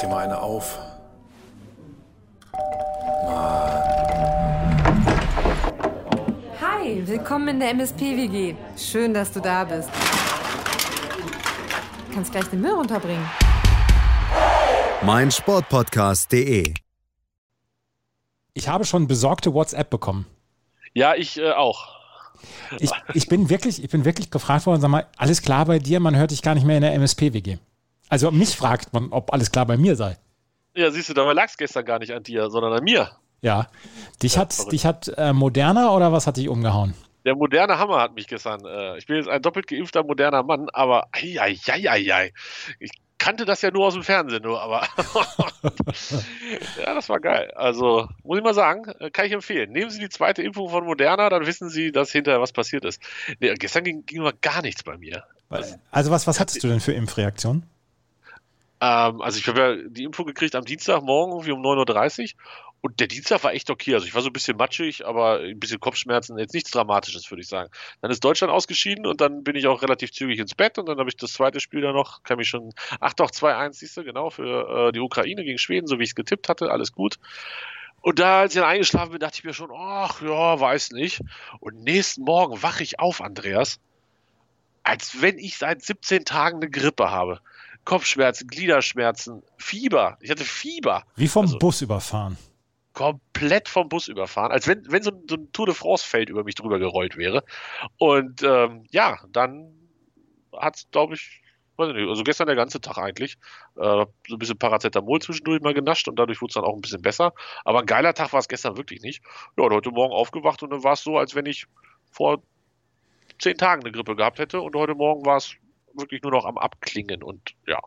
dir mal eine auf. Hi, willkommen in der MSP-WG. Schön, dass du da bist. Du kannst gleich den Müll runterbringen. mein Sportpodcast.de. Ich habe schon besorgte WhatsApp bekommen. Ja, ich äh, auch. Ich, ich, bin wirklich, ich bin wirklich gefragt worden, sag mal, alles klar bei dir, man hört dich gar nicht mehr in der MSP-WG. Also mich fragt man, ob alles klar bei mir sei. Ja, siehst du, dabei lag es gestern gar nicht an dir, sondern an mir. Ja. Dich Ja, hat, verrückt. dich hat äh, Moderna oder was hat dich umgehauen? Der moderne Hammer hat mich gestern. Äh, ich bin jetzt ein doppelt geimpfter moderner Mann, aber eieieiei. Ich kannte das ja nur aus dem Fernsehen, nur, aber. ja, das war geil. Also, muss ich mal sagen, äh, kann ich empfehlen. Nehmen Sie die zweite Impfung von Moderna, dann wissen Sie, dass hinterher was passiert ist. Nee, gestern ging, ging mal gar nichts bei mir. Also was, was hattest du denn für Impfreaktionen? Ähm, also ich habe ja die Info gekriegt am Dienstagmorgen irgendwie um 9.30 Uhr und der Dienstag war echt okay. Also ich war so ein bisschen matschig, aber ein bisschen Kopfschmerzen, jetzt nichts Dramatisches, würde ich sagen. Dann ist Deutschland ausgeschieden und dann bin ich auch relativ zügig ins Bett und dann habe ich das zweite Spiel da noch, kann mich schon, ach doch, 2-1, siehst du, genau, für äh, die Ukraine gegen Schweden, so wie ich es getippt hatte, alles gut. Und da, als ich dann eingeschlafen bin, dachte ich mir schon, ach ja, weiß nicht. Und nächsten Morgen wache ich auf, Andreas, als wenn ich seit 17 Tagen eine Grippe habe. Kopfschmerzen, Gliederschmerzen, Fieber. Ich hatte Fieber. Wie vom Also- Bus überfahren. Komplett vom Bus überfahren. Als wenn, wenn so, ein- so ein Tour de France-Feld über mich drüber gerollt wäre. Und ähm, ja, dann hat es, glaube ich, weiß ich nicht, also gestern der ganze Tag eigentlich. Äh, so ein bisschen Paracetamol zwischendurch mal genascht und dadurch wurde es dann auch ein bisschen besser. Aber ein geiler Tag war es gestern wirklich nicht. Ja, und heute Morgen aufgewacht und dann war es so, als wenn ich vor zehn Tagen eine Grippe gehabt hätte und heute Morgen war es wirklich nur noch am Abklingen und ja.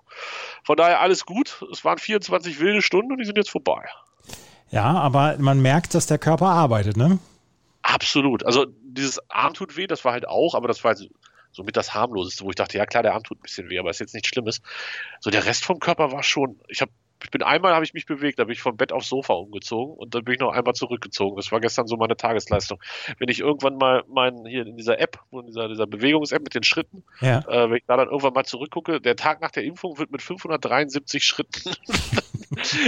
Von daher alles gut. Es waren 24 wilde Stunden und die sind jetzt vorbei. Ja, aber man merkt, dass der Körper arbeitet, ne? Absolut. Also dieses Arm tut weh, das war halt auch, aber das war halt somit das harmloseste, wo ich dachte, ja klar, der Arm tut ein bisschen weh, aber ist jetzt nichts Schlimmes. So der Rest vom Körper war schon, ich habe ich bin einmal habe ich mich bewegt, da bin ich vom Bett aufs Sofa umgezogen und dann bin ich noch einmal zurückgezogen. Das war gestern so meine Tagesleistung. Wenn ich irgendwann mal meinen hier in dieser App, in dieser, dieser Bewegungs-App mit den Schritten, Ja. äh, wenn ich da dann irgendwann mal zurückgucke, der Tag nach der Impfung wird mit 573 Schritten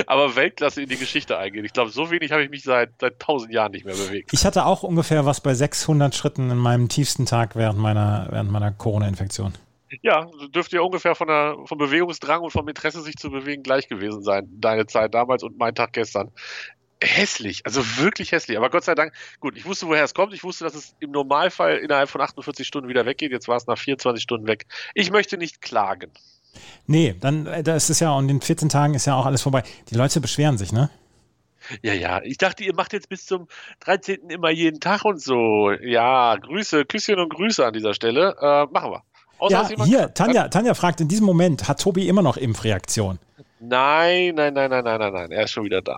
aber Weltklasse in die Geschichte eingehen. Ich glaube, so wenig habe ich mich seit seit tausend Jahren nicht mehr bewegt. Ich hatte auch ungefähr was bei 600 Schritten in meinem tiefsten Tag während meiner, während meiner Corona-Infektion. Ja, dürfte ja ungefähr von der, vom Bewegungsdrang und vom Interesse, sich zu bewegen, gleich gewesen sein. Deine Zeit damals und mein Tag gestern. Hässlich, also wirklich hässlich. Aber Gott sei Dank, gut, ich wusste, woher es kommt. Ich wusste, dass es im Normalfall innerhalb von 48 Stunden wieder weggeht. Jetzt war es nach 24 Stunden weg. Ich möchte nicht klagen. Nee, dann äh, da ist es ja, und in 14 Tagen ist ja auch alles vorbei. Die Leute beschweren sich, ne? Ja, ja, ich dachte, ihr macht jetzt bis zum 13. immer jeden Tag und so. Ja, Grüße, Küsschen und Grüße an dieser Stelle. Äh, machen wir. Außer, dass Ja, jemand- hier, Tanja, Tanja fragt in diesem Moment, hat Tobi immer noch Impfreaktion? Nein, nein, nein, nein, nein, nein, nein. Er ist schon wieder da.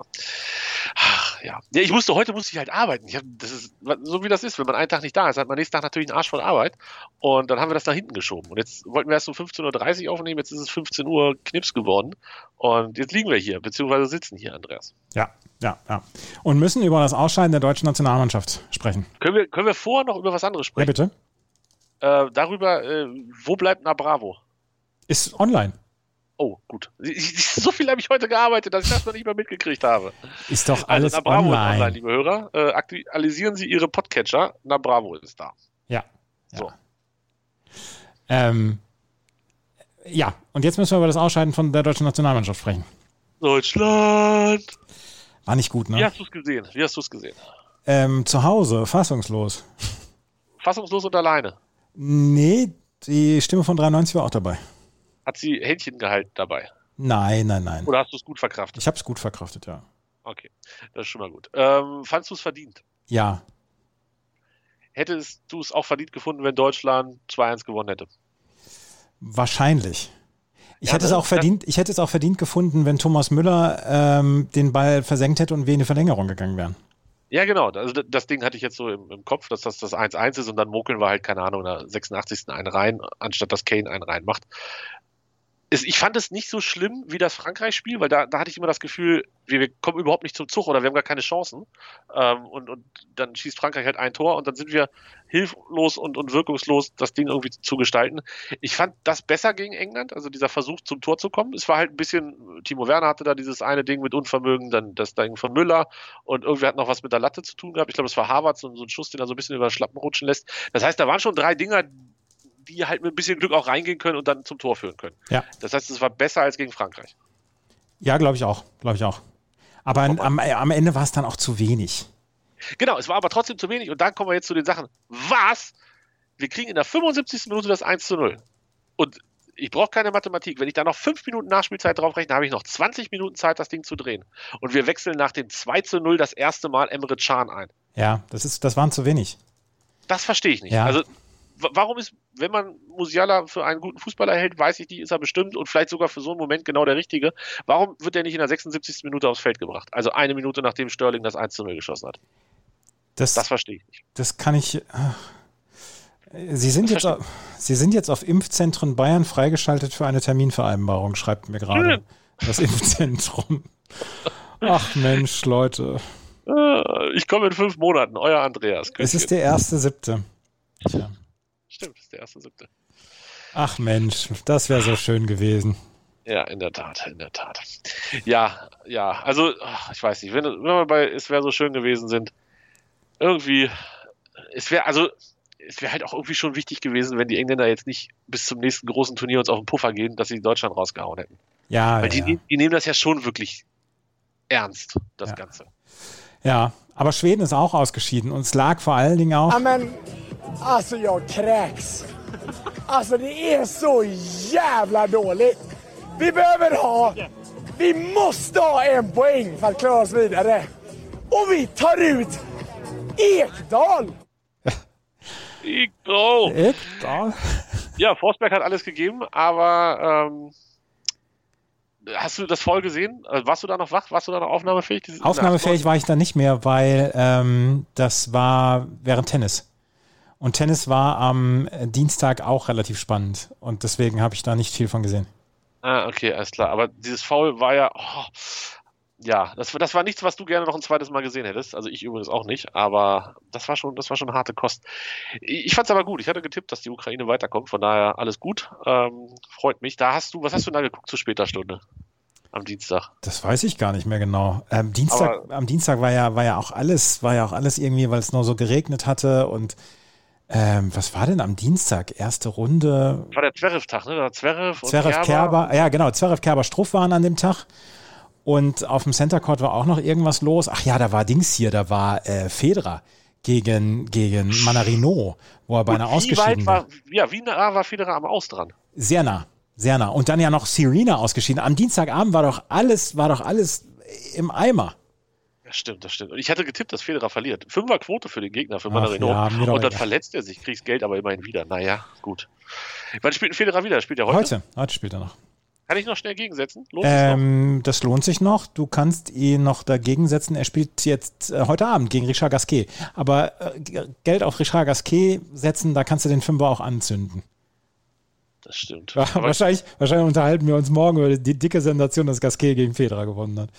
Ach, ja. ja, ich musste, heute musste ich halt arbeiten. Ich hab, das ist, so wie das ist, wenn man einen Tag nicht da ist, hat man nächsten Tag natürlich einen Arsch voll Arbeit. Und dann haben wir das nach hinten geschoben. Und jetzt wollten wir erst um 15.30 Uhr aufnehmen, jetzt ist es 15 Uhr Knips geworden. Und jetzt liegen wir hier, beziehungsweise sitzen hier, Andreas. Ja, ja, ja. Und müssen über das Ausscheiden der deutschen Nationalmannschaft sprechen. Können wir, können wir vorher noch über was anderes Ja, sprechen? bitte. äh, darüber, äh, wo bleibt Na Bravo? Ist online. Oh, gut. So viel habe ich heute gearbeitet, dass ich das noch nicht mal mitgekriegt habe. Ist doch Also alles Na Bravo online. ist online, liebe Hörer. Äh, aktualisieren Sie Ihre Podcatcher. Na Bravo ist da. Ja. ja. So. Ähm, ja, und jetzt müssen wir über das Ausscheiden von der deutschen Nationalmannschaft sprechen. Deutschland! War nicht gut, ne? Wie hast du es gesehen? Wie hast du es gesehen? Ähm, zu Hause, fassungslos. Fassungslos und alleine. Nee, die Stimme von 93 war auch dabei. Hat sie Händchen gehalten dabei? Nein, nein, nein. Oder hast du es gut verkraftet? Ich hab's gut verkraftet, ja. Okay, das ist schon mal gut. Ähm, fandst du es verdient? Ja, Hättest du es auch verdient gefunden, wenn Deutschland 2-1 gewonnen hätte? wahrscheinlich. Ich Ja, hätte es das- auch verdient, ich hätte es auch verdient gefunden, wenn Thomas Müller ähm, den Ball versenkt hätte und wir in die Verlängerung gegangen wären. Ja, genau. Also d- das Ding hatte ich jetzt so im, im Kopf, dass das das 1-1 ist und dann mokeln wir halt, keine Ahnung, in der 86. einen rein, anstatt dass Kane einen reinmacht. es, ich fand es nicht so schlimm wie das Frankreich-Spiel, weil da, da hatte ich immer das Gefühl, wir, wir kommen überhaupt nicht zum Zug oder wir haben gar keine Chancen. Ähm, und, und dann schießt Frankreich halt ein Tor und dann sind wir hilflos und, und wirkungslos, das Ding irgendwie zu gestalten. Ich fand das besser gegen England, also dieser Versuch zum Tor zu kommen. Es war halt ein bisschen, Timo Werner hatte da dieses eine Ding mit Unvermögen, dann das Ding von Müller und irgendwer hat noch was mit der Latte zu tun gehabt. Ich glaube, das war Harvard, so, so ein Schuss, den er so ein bisschen über Schlappen rutschen lässt. Das heißt, da waren schon drei Dinger, die halt mit ein bisschen Glück auch reingehen können und dann zum Tor führen können. Ja. Das heißt, es war besser als gegen Frankreich. Ja, glaube ich auch. Glaube ich auch. Aber am, äh, am Ende war es dann auch zu wenig. Genau, es war aber trotzdem zu wenig und dann kommen wir jetzt zu den Sachen. Was? Wir kriegen in der 75. Minute das 1 zu 0. Und ich brauche keine Mathematik. Wenn ich da noch 5 Minuten Nachspielzeit draufrechne, habe ich noch 20 Minuten Zeit, das Ding zu drehen. Und wir wechseln nach dem 2 zu 0 das erste Mal Emre Can ein. Ja, das, ist, das waren zu wenig. Das verstehe ich nicht. Ja. Also, wa- warum ist, wenn man Musiala für einen guten Fußballer hält, weiß ich nicht, ist er bestimmt und vielleicht sogar für so einen Moment genau der Richtige. Warum wird er nicht in der 76. Minute aufs Feld gebracht? Also eine Minute nachdem Sterling das 1 zu 0 geschossen hat. Das, Das das, verstehe ich nicht. kann ich. ach. Sie sind, jetzt, au- Sie sind jetzt auf Impfzentren Bayern freigeschaltet für eine Terminvereinbarung, schreibt mir gerade. Das Impfzentrum. Ach Mensch, Leute. Äh, ich komme in fünf Monaten, euer Andreas. Es ist der erste siebte. Tja. Stimmt, ist der erste siebte. Ach Mensch, das wäre so schön gewesen. Ja, in der Tat, in der Tat. Ja, ja, also, ach, ich weiß nicht, wenn, wenn wir bei Es wäre so schön gewesen sind, irgendwie, es wäre, also, es wäre halt auch irgendwie schon wichtig gewesen, wenn die Engländer jetzt nicht bis zum nächsten großen Turnier uns auf den Puffer gehen, dass sie Deutschland rausgehauen hätten. Ja, Weil die, ja, ja. ne- die nehmen das ja schon wirklich ernst, das Ja. Ganze. ja, aber Schweden ist auch ausgeschieden und es lag vor allen Dingen auch. Ja, men alltså jag kräks. Alltså det är så jävla dåligt. Vi behöver ha, vi måste ha en poäng för att klara oss vidare. Och vi tar ut Ekdal! Ich, Äh, oh. Ekdal. Ja, Forsberg hat alles gegeben, aber ähm, hast du das voll gesehen? Also Warst du da noch wach? Warst du da noch aufnahmefähig? Dieses- Aufnahmefähig war ich dann nicht mehr, weil ähm, das war während Tennis. Und Tennis war am äh, Dienstag auch relativ spannend. Und deswegen habe ich da nicht viel von gesehen. Ah, okay, alles klar. Aber dieses Foul war ja. Oh, ja, das, war- das war nichts, was du gerne noch ein zweites Mal gesehen hättest. Also ich übrigens auch nicht, aber das war schon, das war schon harte Kost. Ich, ich fand es aber gut. Ich hatte getippt, dass die Ukraine weiterkommt, von daher alles gut. Ähm, freut mich. Da hast du, was hast du denn da geguckt zu später Stunde? Am Dienstag. Das weiß ich gar nicht mehr genau. Ähm, Dienstag, am Dienstag war ja, war ja auch alles, war ja auch alles irgendwie, weil es nur so geregnet hatte. Und ähm, was war denn am Dienstag? Erste Runde, War der Zverev-Tag, ne? Da war Zverev und Zverev Kerber. Kerber, ja genau, Zverev Kerber Struff waren an dem Tag. Und auf dem Center Court war auch noch irgendwas los. Ach ja, da war Dings hier, da war äh, Fedra gegen, gegen Manarino, wo er beinahe Wie weit ausgeschieden war. war, ja, wie nah war Federer am Aus dran? Sehr nah, sehr nah. Und dann ja noch Serena ausgeschieden. Am Dienstagabend war doch alles, war doch alles im Eimer. Das stimmt, das stimmt. Und ich hatte getippt, dass Federer verliert. Fünfer Quote für den Gegner, für Ach Manarino. ja, mir doch und dann egal. verletzt er sich, kriegst Geld aber immerhin wieder. Naja, gut. Wann spielt denn Federer wieder? Spielt er heute? Heute, heute spielt er noch. Kann ich noch schnell gegensetzen? Los Ähm, das lohnt sich noch. Du kannst ihn noch dagegen setzen. Er spielt jetzt äh, heute Abend gegen Richard Gasquet. Aber äh, G- Geld auf Richard Gasquet setzen, da kannst du den Fünfer auch anzünden. Das stimmt. Ja, Aber, wahrscheinlich, wahrscheinlich unterhalten wir uns morgen über die dicke Sensation, dass Gasquet gegen Federer gewonnen hat.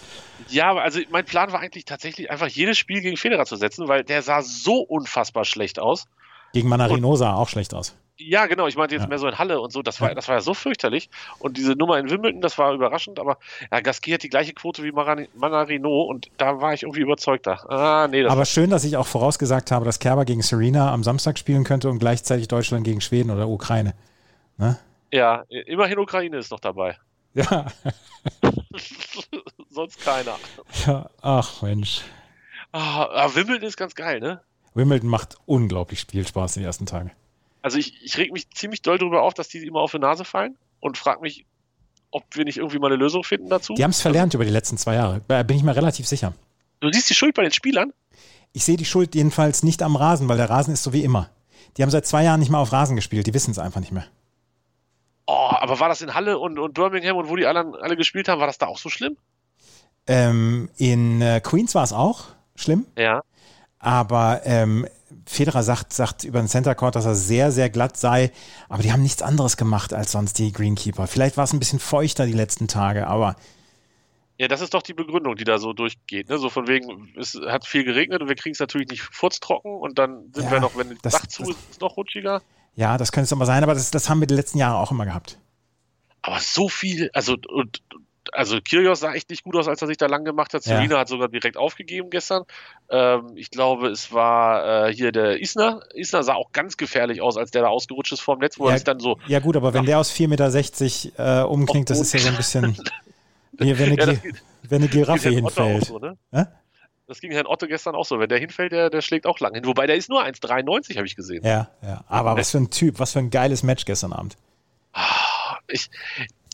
ja, aber also mein Plan war eigentlich tatsächlich einfach jedes Spiel gegen Federer zu setzen, weil der sah so unfassbar schlecht aus. Gegen Manarino sah er auch schlecht aus. Ja, genau, ich meinte jetzt Ja. mehr so in Halle und so, das war, das war ja so fürchterlich. Und diese Nummer in Wimbledon, das war überraschend, aber ja, Gasquet hat die gleiche Quote wie Marani- Manarino und da war ich irgendwie überzeugter. Ah, nee, das Aber schön, dass ich auch vorausgesagt habe, dass Kerber gegen Serena am Samstag spielen könnte und gleichzeitig Deutschland gegen Schweden oder Ukraine. Ja, immerhin Ukraine ist noch dabei. Ja, Sonst keiner. ja ach Mensch. Ah, aber Wimbledon ist ganz geil, ne? Wimbledon macht unglaublich viel Spaß die ersten Tage. Also ich, ich reg mich ziemlich doll darüber auf, dass die immer auf die Nase fallen und frag mich, ob wir nicht irgendwie mal eine Lösung finden dazu. Die haben es verlernt über die letzten zwei Jahre. Da bin ich mir relativ sicher. Du siehst die Schuld bei den Spielern? Ich sehe die Schuld jedenfalls nicht am Rasen, weil der Rasen ist so wie immer. Die haben seit zwei Jahren nicht mal auf Rasen gespielt. Die wissen es einfach nicht mehr. Oh, aber war das in Halle und, und Birmingham und wo die anderen alle gespielt haben, war das da auch so schlimm? Ähm, in äh, Queens war es auch schlimm. Ja. Aber ähm, Federer sagt, sagt über den Center Court, dass er sehr, sehr glatt sei, aber die haben nichts anderes gemacht als sonst die Greenkeeper. Vielleicht war es ein bisschen feuchter die letzten Tage, aber Ja, das ist doch die Begründung, die da so durchgeht. Ne? So von wegen, es hat viel geregnet und wir kriegen es natürlich nicht furztrocken und dann sind Ja, wir noch, wenn die das- Nacht zu das- ist, ist es noch rutschiger. ja, das könnte es immer sein, aber das, das haben wir die letzten Jahre auch immer gehabt. Aber so viel, also und also Kyrgios sah echt nicht gut aus, als er sich da lang gemacht hat. Ja. Serena hat sogar direkt aufgegeben gestern. Ähm, ich glaube, es war äh, hier der Isner. Isner sah auch ganz gefährlich aus, als der da ausgerutscht ist vorm Netz, wo Ja. er sich dann so. Ja, gut, aber wenn der aus 4,60 Meter äh, umknickt, das ist ja so ein bisschen wie wenn eine, Ja, das Gi- wenn eine Giraffe Herrn Otto auch hinfällt. so, ne? Hä? Das ging Herrn Otto gestern auch so. Wenn der hinfällt, der, der schlägt auch lang hin. Wobei der ist nur 1,93, habe ich gesehen. Ja, ja. Aber Äh. was für ein Typ, was für ein geiles Match gestern Abend. Ich,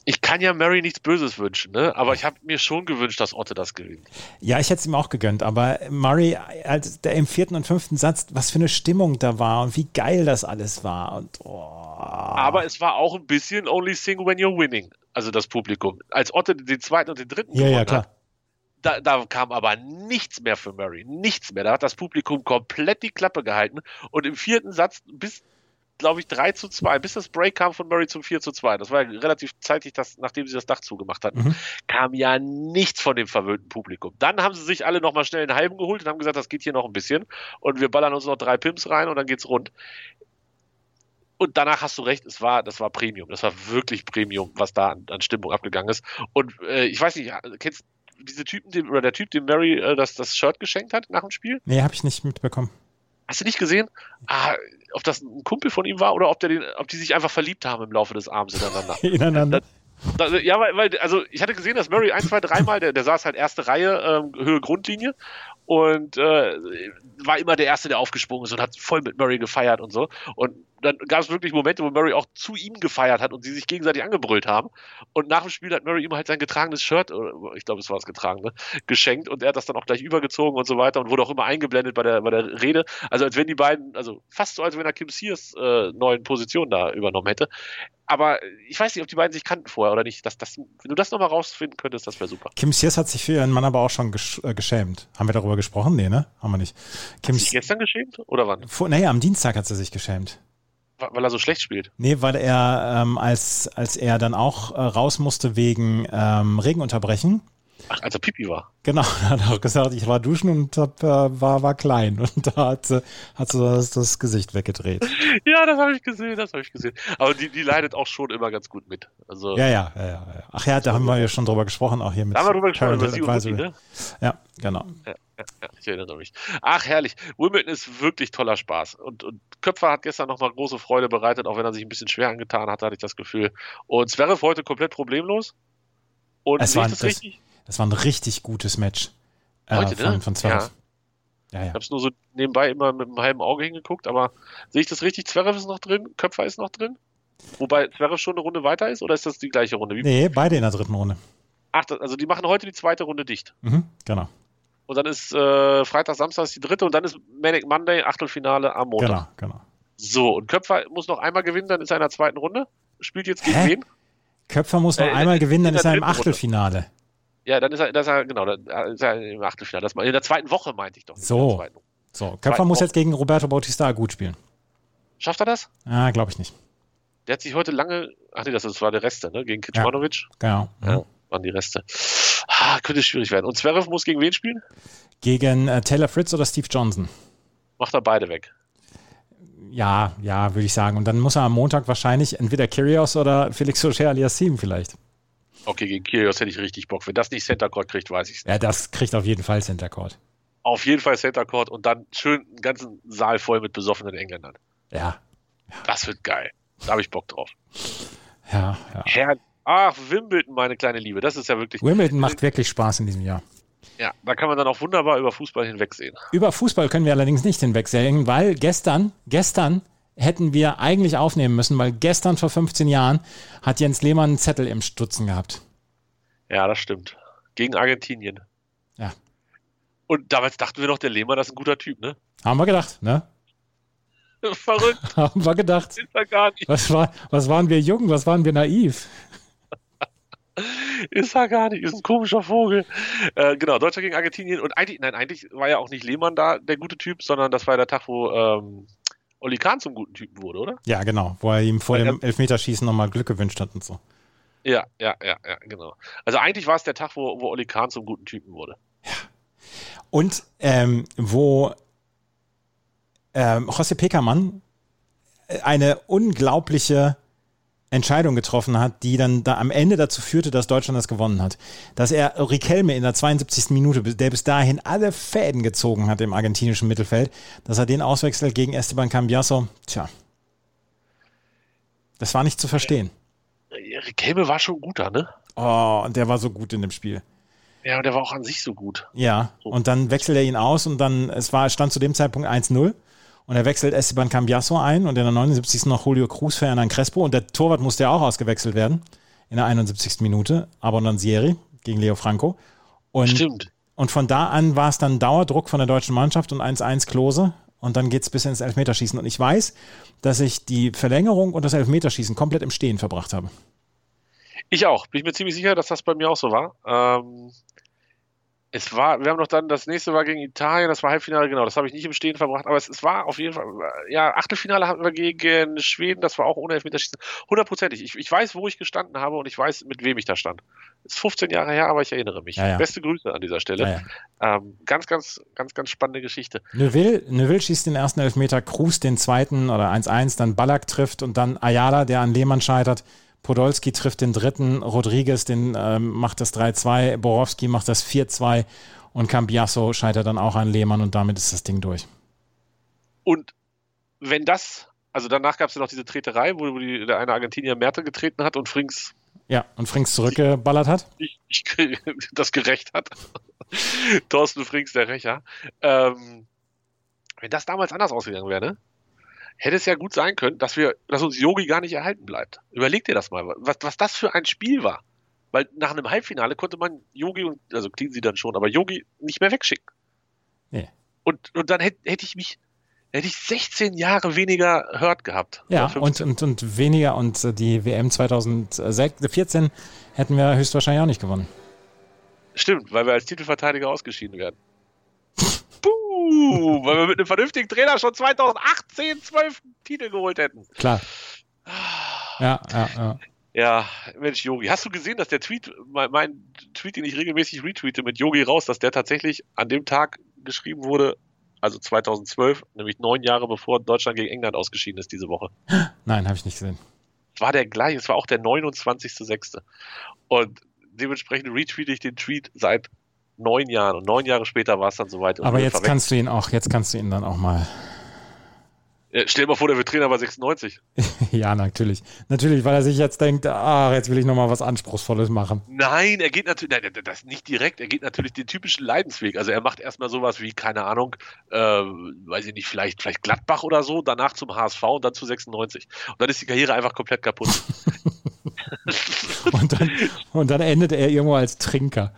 ich kann ja Mary nichts Böses wünschen, ne? aber ich habe mir schon gewünscht, dass Otto das gewinnt. Ja, ich hätte es ihm auch gegönnt, aber Murray, als der im vierten und fünften Satz, was für eine Stimmung da war und wie geil das alles war. Und oh, Aber es war auch ein bisschen Only Sing When You're Winning. Also das Publikum. Als Otto den zweiten und den dritten ja, ja, gewonnen klar. hat, da, da kam aber nichts mehr für Murray. Nichts mehr. Da hat das Publikum komplett die Klappe gehalten. Und im vierten Satz bis, glaube ich, 3 zu 2, bis das Break kam von Murray zum 4 zu 2, das war ja relativ zeitig, das, nachdem sie das Dach zugemacht hatten, kam ja nichts von dem verwöhnten Publikum. Dann haben sie sich alle nochmal schnell einen halben geholt und haben gesagt, das geht hier noch ein bisschen. Und wir ballern uns noch drei Pimps rein und dann geht's rund. Und danach hast du recht, es war, das war Premium. Das war wirklich Premium, was da an, an Stimmung abgegangen ist. Und äh, ich weiß nicht, kennst du diese Typen, dem, oder der Typ, dem Mary äh, das, das Shirt geschenkt hat nach dem Spiel? Nee, habe ich nicht mitbekommen. Hast du nicht gesehen? Ah, ob das ein Kumpel von ihm war oder ob, der den, ob die sich einfach verliebt haben im Laufe des Abends ineinander. Ineinander. Da- Ja, weil, weil, also ich hatte gesehen, dass Murray ein, zwei, dreimal, der, der saß halt erste Reihe, ähm, Höhe Grundlinie und äh, war immer der Erste, der aufgesprungen ist und hat voll mit Murray gefeiert und so. Und dann gab es wirklich Momente, wo Murray auch zu ihm gefeiert hat und sie sich gegenseitig angebrüllt haben. Und nach dem Spiel hat Murray ihm halt sein getragenes Shirt, oder ich glaube, es war das getragene, geschenkt und er hat das dann auch gleich übergezogen und so weiter und wurde auch immer eingeblendet bei der, bei der Rede. Also als wenn die beiden, also fast so, als wenn er Kim Sears äh, neuen Position da übernommen hätte. Aber ich weiß nicht, ob die beiden sich kannten vorher oder nicht. Das, das, wenn du das nochmal rausfinden könntest, das wäre super. Kim Sears hat sich für ihren Mann aber auch schon gesch äh, geschämt. Haben wir darüber gesprochen? Nee, ne? Haben wir nicht. Kim Ist gestern geschämt oder wann? vor, naja, am Dienstag hat sie sich geschämt. Wa- Weil er so schlecht spielt. Nee, weil er, ähm, als, als er dann auch äh, raus musste wegen ähm, Regenunterbrechen, Ach, als er Pipi war. Genau, er hat auch gesagt, ich war duschen und hab, äh, war, war klein. Und da hat sie, hat sie das, das Gesicht weggedreht. Ja, das habe ich gesehen, das habe ich gesehen. Aber die, die leidet auch schon immer ganz gut mit. Also, Ja, ja, ja, ja. ja. Ach ja, da haben wir ja schon drüber gesprochen, auch hier mit da haben wir drüber gesprochen, Parental über sie und Mutti, Advisory. ne? Ja, genau. Ja, ich erinnere mich. Ach, herrlich. Wimbledon ist wirklich toller Spaß. Und, und Köpfer hat gestern nochmal große Freude bereitet, auch wenn er sich ein bisschen schwer angetan hat, hatte ich das Gefühl. Und Zverev heute komplett problemlos. Und Es sehe war ich ein, das das, richtig? das war ein richtig gutes Match äh, Heute, von, ne? von Zverev. Ja, ja. Ich habe es nur so nebenbei immer mit einem halben Auge hingeguckt, aber sehe ich das richtig? Zverev ist noch drin, Köpfer ist noch drin. Wobei Zverev schon eine Runde weiter ist, oder ist das die gleiche Runde? Wie, Nee, beide in der dritten Runde. Ach, das- also die machen heute die zweite Runde dicht. Mhm, genau, Und dann ist äh, Freitag, Samstag ist die dritte und dann ist Manic Monday, Achtelfinale am Montag. genau, genau. So, und Köpfer muss noch einmal gewinnen, dann ist er in der zweiten Runde. Spielt jetzt gegen Hä? wen? Köpfer muss noch Äh, einmal in- gewinnen, dann in ist der er im dritten Runde. Achtelfinale. Ja, dann ist er, das ist er genau, dann ist er im Achtelfinale. Das, in der zweiten Woche meinte ich doch. nicht, So. in der zweiten Runde. So, Köpfer muss Woche. jetzt gegen Roberto Bautista gut spielen. Schafft er das? Ah, glaube ich nicht. Der hat sich heute lange, ach nee, das, das war der Reste, ne? Gegen Kitschmanovic. Genau. Mhm. Ja, waren die Reste. Ah, könnte schwierig werden. Und Zverev muss gegen wen spielen? Gegen äh, Taylor Fritz oder Steve Johnson? Macht er beide weg. Ja, ja, würde ich sagen. Und dann muss er am Montag wahrscheinlich entweder Kyrios oder Felix Auger alias Sieben vielleicht. Okay, gegen Kyrgios hätte ich richtig Bock. Wenn das nicht Center Court kriegt, weiß ich es. Ja, das kriegt auf jeden Fall Center Court. Auf jeden Fall Center Court und dann schön einen ganzen Saal voll mit besoffenen Engländern. Ja, Das wird geil. Da habe ich Bock drauf. ja, ja. Herr, ach, Wimbledon, meine kleine Liebe. Das ist ja wirklich. Wimbledon macht wirklich Spaß in diesem Jahr. Ja, da kann man dann auch wunderbar über Fußball hinwegsehen. Über Fußball können wir allerdings nicht hinwegsehen, weil gestern, gestern hätten wir eigentlich aufnehmen müssen, weil gestern vor 15 Jahren hat Jens Lehmann einen Zettel im Stutzen gehabt. Ja, das stimmt. Gegen Argentinien. Ja. Und damals dachten wir noch, der Lehmann, das ist ein guter Typ, ne? Haben wir gedacht, ne? Verrückt Haben wir gedacht. ist er gar nicht. Was, war, was waren wir jung, was waren wir naiv? Ist er gar nicht, ist ein komischer Vogel. Äh, genau, Deutschland gegen Argentinien. Und eigentlich, nein, eigentlich war ja auch nicht Lehmann da, der gute Typ, sondern das war ja der Tag, wo ähm, Oli Kahn zum guten Typen wurde, oder? Ja, genau, wo er ihm vor dem Elfmeterschießen nochmal Glück gewünscht hat und so. Ja, ja, ja, ja, genau. Also eigentlich war es der Tag, wo, wo Oli Kahn zum guten Typen wurde. Und ähm, wo ähm, José Pekermann äh, eine unglaubliche Entscheidung getroffen hat, die dann da am Ende dazu führte, dass Deutschland das gewonnen hat. Dass er Riquelme in der 72. Minute, der bis dahin alle Fäden gezogen hat im argentinischen Mittelfeld, dass er den auswechselt gegen Esteban Cambiasso, tja, das war nicht zu verstehen. Äh, Riquelme war schon guter, ne? Oh, und der war so gut in dem Spiel. Ja, und der war auch an sich so gut. Ja, und dann wechselt er ihn aus und dann, es war, stand zu dem Zeitpunkt 1-0 und er wechselt Esteban Cambiasso ein und in der 79. noch Julio Cruz für Hernan Crespo und der Torwart musste ja auch ausgewechselt werden in der 71. Minute, aber Nansieri gegen Leo Franco. Und, Stimmt. Und von da an war es dann Dauerdruck von der deutschen Mannschaft und 1-1 Klose und dann geht's bis ins Elfmeterschießen und ich weiß, dass ich die Verlängerung und das Elfmeterschießen komplett im Stehen verbracht habe. Ich auch. Bin ich mir ziemlich sicher, dass das bei mir auch so war. Ähm, es war, wir haben noch dann, das nächste war gegen Italien, das war Halbfinale, genau, das habe ich nicht im Stehen verbracht, aber es, es war auf jeden Fall, äh, ja, Achtelfinale hatten wir gegen Schweden, das war auch ohne Elfmeterschießen. Hundertprozentig. Ich, ich weiß, wo ich gestanden habe und ich weiß, mit wem ich da stand. Ist 15 Jahre her, aber ich erinnere mich. Ja, ja. Beste Grüße an dieser Stelle. Ähm, ganz, ganz, ganz, ganz spannende Geschichte. Neville, Neville schießt den ersten Elfmeter, Cruz den zweiten oder 1-1, dann Ballack trifft und dann Ayala, der an Lehmann scheitert. Podolski trifft den dritten, Rodriguez den, ähm, macht das 3-2, Borowski macht das 4-2 und Cambiasso scheitert dann auch an Lehmann und damit ist das Ding durch. Und wenn das, also danach gab es ja noch diese Treterei, wo die, der eine Argentinier Merte getreten hat und Frings Ja, und Frings zurückgeballert hat. ich, ich, das gerecht hat. Thorsten Frings, der Rächer. Ähm, wenn das damals anders ausgegangen wäre, ne? hätte es ja gut sein können, dass wir, dass uns Yogi gar nicht erhalten bleibt. Überleg dir das mal, was, was das für ein Spiel war. Weil nach einem Halbfinale konnte man Yogi und, also clean sie dann schon, aber Yogi nicht mehr wegschicken. Nee. Und, und dann hätte, hätte ich mich, hätte ich 16 Jahre weniger Hurt gehabt. Ja, Oder 15. und, und, und weniger und äh, die WM 2014 äh, hätten wir höchstwahrscheinlich auch nicht gewonnen. Stimmt, weil wir als Titelverteidiger ausgeschieden werden. Buh, weil wir mit einem vernünftigen Trainer schon 2018 12 Titel geholt hätten. Klar. Ja, ja, ja. Ja, Mensch, Yogi. Hast du gesehen, dass der Tweet, mein, mein Tweet, den ich regelmäßig retweete mit Yogi raus, dass der tatsächlich an dem Tag geschrieben wurde, also 2012, nämlich neun Jahre bevor Deutschland gegen England ausgeschieden ist diese Woche. Nein, habe ich nicht gesehen. Es war der gleiche, es war auch der 29.06. Und dementsprechend retweete ich den Tweet seit neun Jahren. Und neun Jahre später war es dann soweit. und Aber wurde jetzt verwechselt. kannst du ihn auch, jetzt kannst du ihn dann auch mal. Äh, Stell dir mal vor, der wird Trainer bei 96. Ja, natürlich. Natürlich, weil er sich jetzt denkt, ah, jetzt will ich nochmal was Anspruchsvolles machen. Nein, er geht natürlich, nein, das nicht direkt, er geht natürlich den typischen Leidensweg. Also er macht erstmal sowas wie, keine Ahnung, äh, weiß ich nicht, vielleicht, vielleicht Gladbach oder so, danach zum HSV und dann zu 96. Und dann ist die Karriere einfach komplett kaputt. Und dann, und dann endet er irgendwo als Trinker.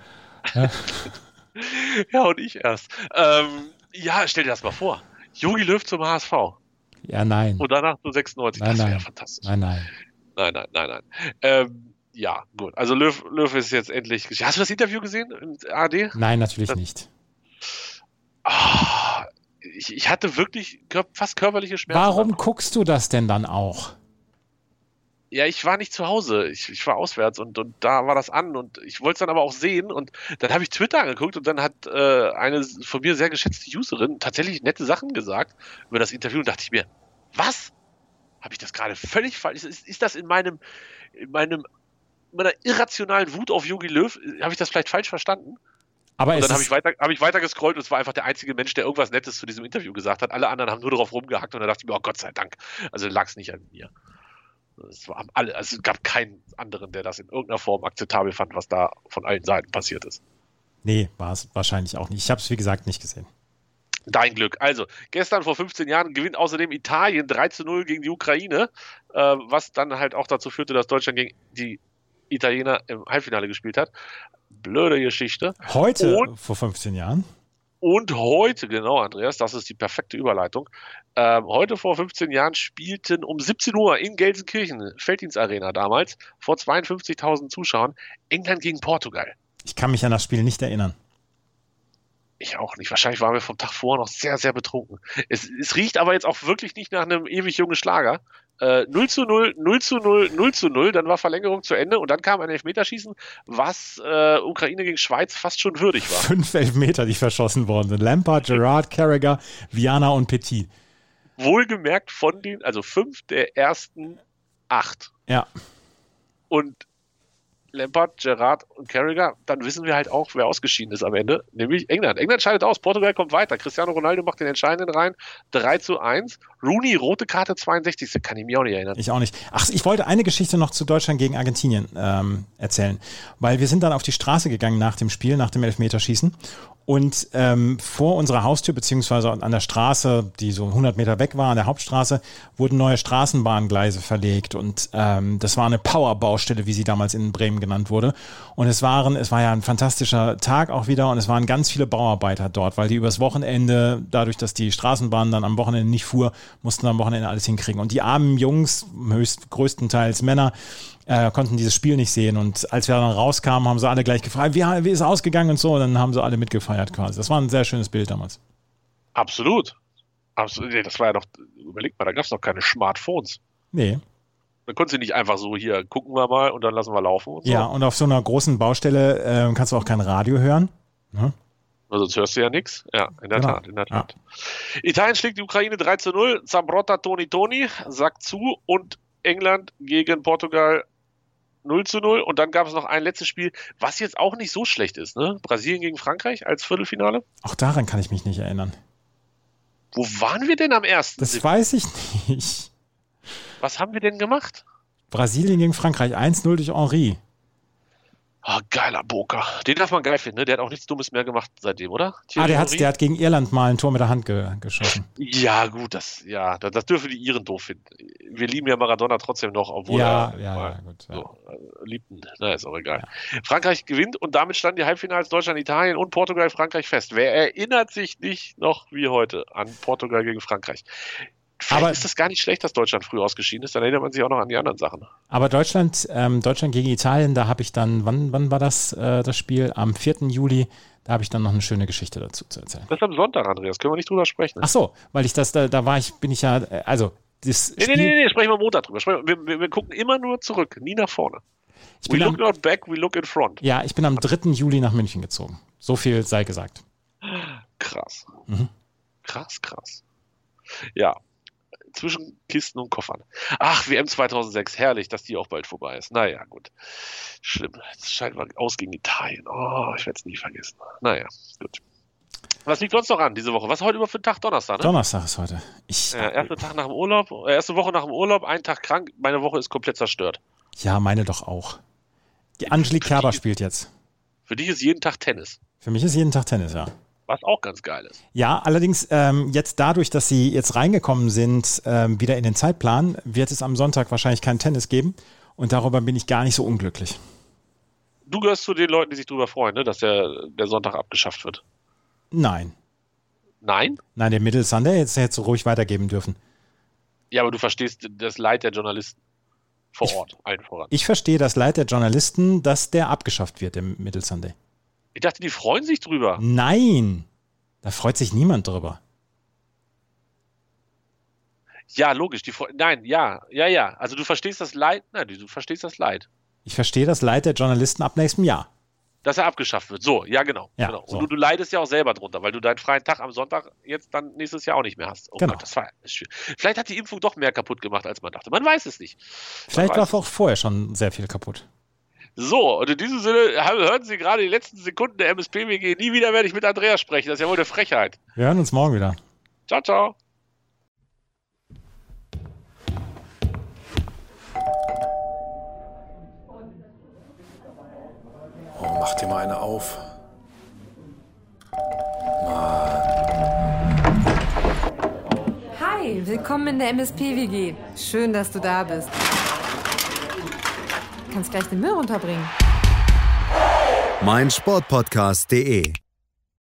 ja, und ich erst. Ähm, ja, stell dir das mal vor. Jogi Löw zum HSV Ja, nein. und danach zu 96. Nein, das wäre nein. fantastisch. Nein, nein. Nein, nein, nein, nein. Ähm, ja, gut. Also Löw, Löw ist jetzt endlich. gesch- Hast du das Interview gesehen im AD? Nein, natürlich nicht. Ah, ich, ich hatte wirklich kör fast körperliche Schmerzen. Warum guckst du das denn dann auch? Ja, ich war nicht zu Hause. Ich, ich war auswärts und, und da war das an und ich wollte es dann aber auch sehen und dann habe ich Twitter angeguckt und dann hat äh, eine von mir sehr geschätzte Userin tatsächlich nette Sachen gesagt über das Interview und dachte ich mir, was? Habe ich das gerade völlig falsch? Ist, ist, ist das in meinem, in meinem, meiner irrationalen Wut auf Yogi Löw, äh, habe ich das vielleicht falsch verstanden? Aber Und es dann habe ich, ist, weiter, hab ich weiter gescrollt und es war einfach der einzige Mensch, der irgendwas Nettes zu diesem Interview gesagt hat. Alle anderen haben nur darauf rumgehackt und da dachte ich mir, oh Gott sei Dank. Also lag es nicht an mir. Es, war am alle, also es gab keinen anderen, der das in irgendeiner Form akzeptabel fand, was da von allen Seiten passiert ist. nee, war es wahrscheinlich auch nicht. Ich habe es, wie gesagt, nicht gesehen. Dein Glück. Also, gestern vor 15 Jahren gewinnt außerdem Italien 3 zu 0 gegen die Ukraine, äh, was dann halt auch dazu führte, dass Deutschland gegen die Italiener im Halbfinale gespielt hat. Blöde Geschichte. Heute, Und- vor 15 Jahren, Und heute, genau, Andreas, das ist die perfekte Überleitung. Ähm, heute vor 15 Jahren spielten um 17 Uhr in Gelsenkirchen, Felddienst Arena damals, vor 52.000 Zuschauern, England gegen Portugal. Ich kann mich an das Spiel nicht erinnern. Ich auch nicht. Wahrscheinlich waren wir vom Tag vorher noch sehr, sehr betrunken. Es, es riecht aber jetzt auch wirklich nicht nach einem ewig jungen Schlager. Äh, 0 zu 0, 0 zu 0, 0 zu 0, dann war Verlängerung zu Ende und dann kam ein Elfmeterschießen, was äh, Ukraine gegen Schweiz fast schon würdig war. Fünf Elfmeter, die verschossen worden sind. Lampard, Gerard, Carragher, Viana und Petit. Wohlgemerkt von den, also fünf der ersten acht. Ja, Und Lampard, Gerrard und Carragher, dann wissen wir halt auch, wer ausgeschieden ist am Ende, nämlich England. England scheidet aus, Portugal kommt weiter. Cristiano Ronaldo macht den entscheidenden rein, 3 zu 1. Rooney, rote Karte 62. Kann ich mich auch nicht erinnern. ich auch nicht. Ach, ich wollte eine Geschichte noch zu Deutschland gegen Argentinien ähm, erzählen, weil wir sind dann auf die Straße gegangen nach dem Spiel, nach dem Elfmeterschießen. Und ähm, vor unserer Haustür, beziehungsweise an der Straße, die so 100 Meter weg war, an der Hauptstraße, wurden neue Straßenbahngleise verlegt. Und ähm, das war eine Powerbaustelle, wie sie damals in Bremen genannt wurde. Und es waren, es war ja ein fantastischer Tag auch wieder und es waren ganz viele Bauarbeiter dort, weil die übers Wochenende, dadurch, dass die Straßenbahn dann am Wochenende nicht fuhr, mussten am Wochenende alles hinkriegen. Und die armen Jungs, höchst, größtenteils Männer, äh, konnten dieses Spiel nicht sehen. Und als wir dann rauskamen, haben sie alle gleich gefragt, wie, wie ist es ausgegangen und so. Und dann haben sie alle mitgefeiert quasi. Das war ein sehr schönes Bild damals. Absolut. Absolut. Nee, Das war ja noch, überleg mal, da gab es noch keine Smartphones. Nee. Da konntest du nicht einfach so hier, gucken wir mal und dann lassen wir laufen und so. Ja, und auf so einer großen Baustelle ähm, kannst du auch kein Radio hören. Weil Also Sonst hörst du ja nichts. Ja, in der Genau. Tat, in der Ja. Tat. Italien schlägt die Ukraine 3 zu 0. Zambrotta, Toni, Toni sagt zu und England gegen Portugal 0 zu 0. Und dann gab es noch ein letztes Spiel, was jetzt auch nicht so schlecht ist. Ne? Brasilien gegen Frankreich als Viertelfinale. Auch daran kann ich mich nicht erinnern. Wo waren wir denn am ersten? Das weiß ich nicht. Was haben wir denn gemacht? Brasilien gegen Frankreich 1-0 durch Henri. Ah, geiler Boca. Den darf man geil finden. Ne? Der hat auch nichts Dummes mehr gemacht seitdem, oder? Ah, der hat, Thierry der hat gegen Irland mal ein Tor mit der Hand ge geschossen. Henry? Ja, gut, das, ja, das, das dürfen die Iren doof finden. Wir lieben ja Maradona trotzdem noch, obwohl ja, er ja, mal ja, gut. Ja. So, äh, liebten, na, ist auch egal. Frankreich gewinnt und damit standen die Halbfinals Deutschland, Italien und Portugal, Frankreich fest. Wer erinnert sich nicht noch wie heute an Portugal gegen Frankreich? Vielleicht Aber- ist das gar nicht schlecht, dass Deutschland früh ausgeschieden ist, dann erinnert man sich auch noch an die anderen Sachen. Aber Deutschland, ähm, Deutschland gegen Italien, da habe ich dann, wann, wann war das, äh, das Spiel? Am 4. Juli, da habe ich dann noch eine schöne Geschichte dazu zu erzählen. Das ist am Sonntag, Andreas, können wir nicht drüber sprechen. Ach so, weil ich das, da, da war ich, bin ich ja, äh, also, das Nee, Spiel, nee, nee, nee, sprechen wir am Montag drüber. Sprechen wir, wir- wir, wir gucken immer nur zurück, nie nach vorne. ich We bin look am, not back, we look in front. ja, ich bin am 3. Juli nach München gezogen. So viel sei Hm? gesagt. Krass. Mhm. Krass, krass. Ja. Zwischen Kisten und Koffern. Ach, WM 2006, herrlich, dass die auch bald vorbei ist. Naja, gut. Schlimm. Jetzt scheiden wir aus gegen Italien. Oh, ich werde es nie vergessen. Naja, gut. Was liegt sonst noch an diese Woche? Was heute über für ein Tag Donnerstag? Ne? Donnerstag ist heute. Ich, Ja, erster Tag nach dem Urlaub, äh, erste Woche nach dem Urlaub, ein Tag krank. Meine Woche ist komplett zerstört. ja, meine doch auch. Die Angelique Kerber spielt jetzt. Für dich ist jeden Tag Tennis, Für mich ist jeden Tag Tennis, ja. was auch ganz geil ist. Ja, allerdings ähm, jetzt dadurch, dass sie jetzt reingekommen sind, ähm, wieder in den Zeitplan, wird es am Sonntag wahrscheinlich kein Tennis geben. Und darüber bin ich gar nicht so unglücklich. Du gehörst zu den Leuten, die sich darüber freuen, ne, dass der, der Sonntag abgeschafft wird. Nein. Nein? Nein, der Middle Sunday jetzt hätte ruhig weitergeben dürfen. Ja, aber du verstehst das Leid der Journalisten vor Ort, allen voran. Ich verstehe das Leid der Journalisten, dass der abgeschafft wird, der Middle Sunday. Ich dachte, die freuen sich drüber. Hm. Nein! Da freut sich niemand drüber. Ja, logisch. Die freu Nein, ja, ja, ja. Also du verstehst das Leid. Nein, du verstehst das Leid. Ich verstehe das Leid der Journalisten ab nächstem Jahr. Dass er abgeschafft wird. So, ja, genau. Ja, genau. Und so. du, du leidest ja auch selber drunter, weil du deinen freien Tag am Sonntag jetzt dann nächstes Jahr auch nicht mehr hast. Oh Genau. Gott, das war das ist schwierig. Vielleicht hat die Impfung doch mehr kaputt gemacht, als man dachte. Man weiß es nicht. Vielleicht weiß war auch vorher schon sehr viel kaputt. So, und in diesem Sinne haben- hören Sie gerade die letzten Sekunden der MSPWG. Nie wieder werde ich mit Andreas sprechen. Das ist ja wohl eine Frechheit. Wir hören uns morgen wieder. Ciao, ciao. Oh, mach dir mal eine auf. Hi, willkommen in der MSP-WG. Schön, dass du da bist. Kannst gleich den Müll runterbringen. meinsportpodcast.de